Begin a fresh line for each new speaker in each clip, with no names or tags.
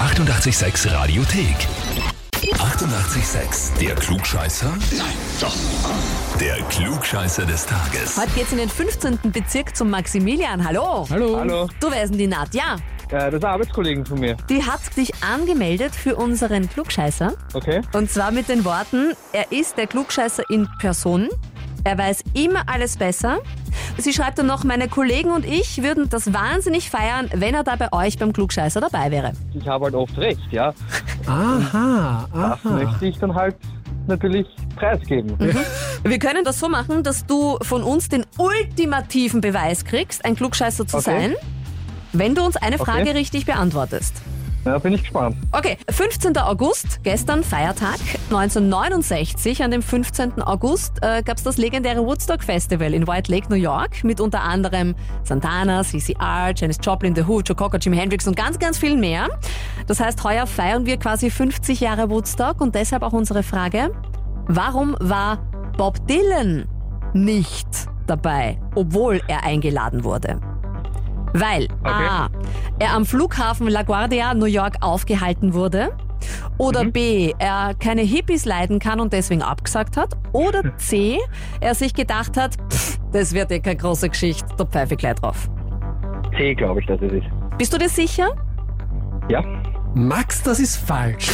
886 Radiothek. 88,6. Der Klugscheißer? Nein, doch. Der Klugscheißer des Tages.
Heute geht's in den 15. Bezirk zum Maximilian. Hallo.
Hallo.
Hallo,
Du wer ist denn die Nadja.
äh, das ist ein Arbeitskollegen von mir,
Die hat dich angemeldet für unseren Klugscheißer.
okay?
Und zwar mit den Worten, er ist der Klugscheißer in Person. Er weiß immer alles besser. Sie schreibt dann noch, meine Kollegen und ich würden das wahnsinnig feiern, wenn er da bei euch beim Klugscheißer dabei wäre.
Ich habe halt oft recht, ja.
Aha,
Das
aha.
möchte ich dann halt natürlich preisgeben.
Wir können das so machen, dass du von uns den ultimativen Beweis kriegst, ein Klugscheißer zu
Okay.
sein, wenn du uns eine
Okay.
Frage richtig beantwortest.
Ja, bin ich gespannt.
Okay, 15. August, gestern Feiertag 1969. An dem 15. August äh, gab es das legendäre Woodstock Festival in White Lake, New York, mit unter anderem Santana, CCR, Janis Joplin, The Who, Joe Cocker, Jim Hendrix und ganz, ganz viel mehr. Das heißt, heuer feiern wir quasi 50 Jahre Woodstock und deshalb auch unsere Frage, warum war Bob Dylan nicht dabei, obwohl er eingeladen wurde? Weil A. Er am Flughafen LaGuardia, New York, aufgehalten wurde. Oder B. Er keine Hippies leiden kann und deswegen abgesagt hat. Oder C. Er sich gedacht hat, pff, das wird eh keine große Geschichte, da pfeife ich gleich drauf.
C, glaube ich, dass es ist.
Bist du dir sicher?
Ja?
Max, das ist falsch.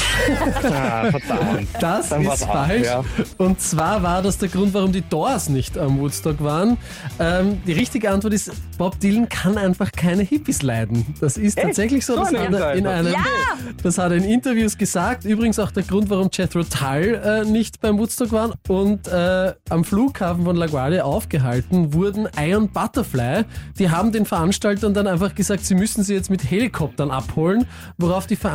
Ah, verdammt.
Das
Dann
ist
war's ab,
falsch.
ja.
Und zwar war das der Grund, warum die Doors nicht am Woodstock waren. Ähm, die richtige Antwort ist, Bob Dylan kann einfach keine Hippies leiden. Das ist tatsächlich so.
So
Das
ein
hat, er in
Insider.
einem,
Ja!
das hat er in Interviews gesagt. Übrigens auch der Grund, warum Jethro Tull äh, nicht beim Woodstock waren und äh, am Flughafen von LaGuardia aufgehalten wurden Iron Butterfly. Die haben den Veranstaltern dann einfach gesagt, sie müssen sie jetzt mit Helikoptern abholen, worauf die Veranstalter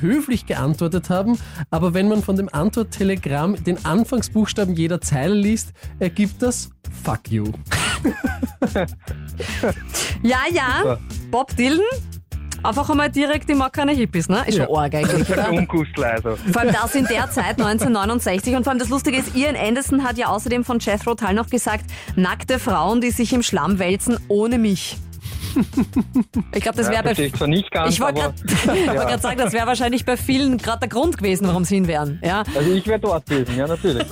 höflich geantwortet haben. Aber wenn man von dem Antworttelegramm den Anfangsbuchstaben jeder Zeile liest, ergibt das Fuck you.
Ja, ja.
Super.
Bob Dylan. Einfach einmal direkt, ich mag keine Hippies, ne? Ist schon
Ja.
arg eigentlich, oder?
Ein Umgussleiser.
Vor allem das in der Zeit 1969 und vor allem das Lustige ist, Ian Anderson hat ja außerdem von Jethro Tull noch gesagt, nackte Frauen, die sich im Schlamm wälzen, ohne mich. Ich glaube, das
Ja,
wäre bei...
verstehe ich zwar nicht ganz,
Ich wollte
aber...
gerade ja. sagen, das wäre wahrscheinlich bei vielen gerade der Grund gewesen, warum sie hin wären. Ja.
Also ich wäre dort gewesen, ja, natürlich.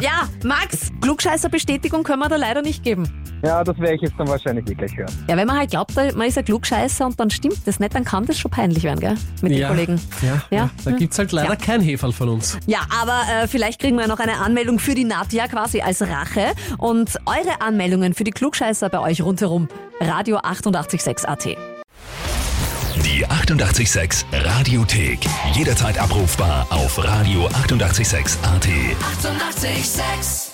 ja, Max, Klugscheißer-Bestätigung können wir da leider nicht geben.
Ja, das werde ich jetzt dann wahrscheinlich eh gleich hören.
Ja, wenn man halt glaubt, man ist ein Klugscheißer und dann stimmt das nicht, dann kann das schon peinlich werden, gell? Mit den Kollegen.
Ja,
Ja.
da gibt's halt leider kein Heferl von uns.
Ja, aber äh, vielleicht kriegen wir noch eine Anmeldung für die Nadja quasi als Rache. Und eure Anmeldungen für die Klugscheißer bei euch rundherum. Radio 886 AT.
Die 88,6 Radiothek. Jederzeit abrufbar auf radio886.at. 88,6.
886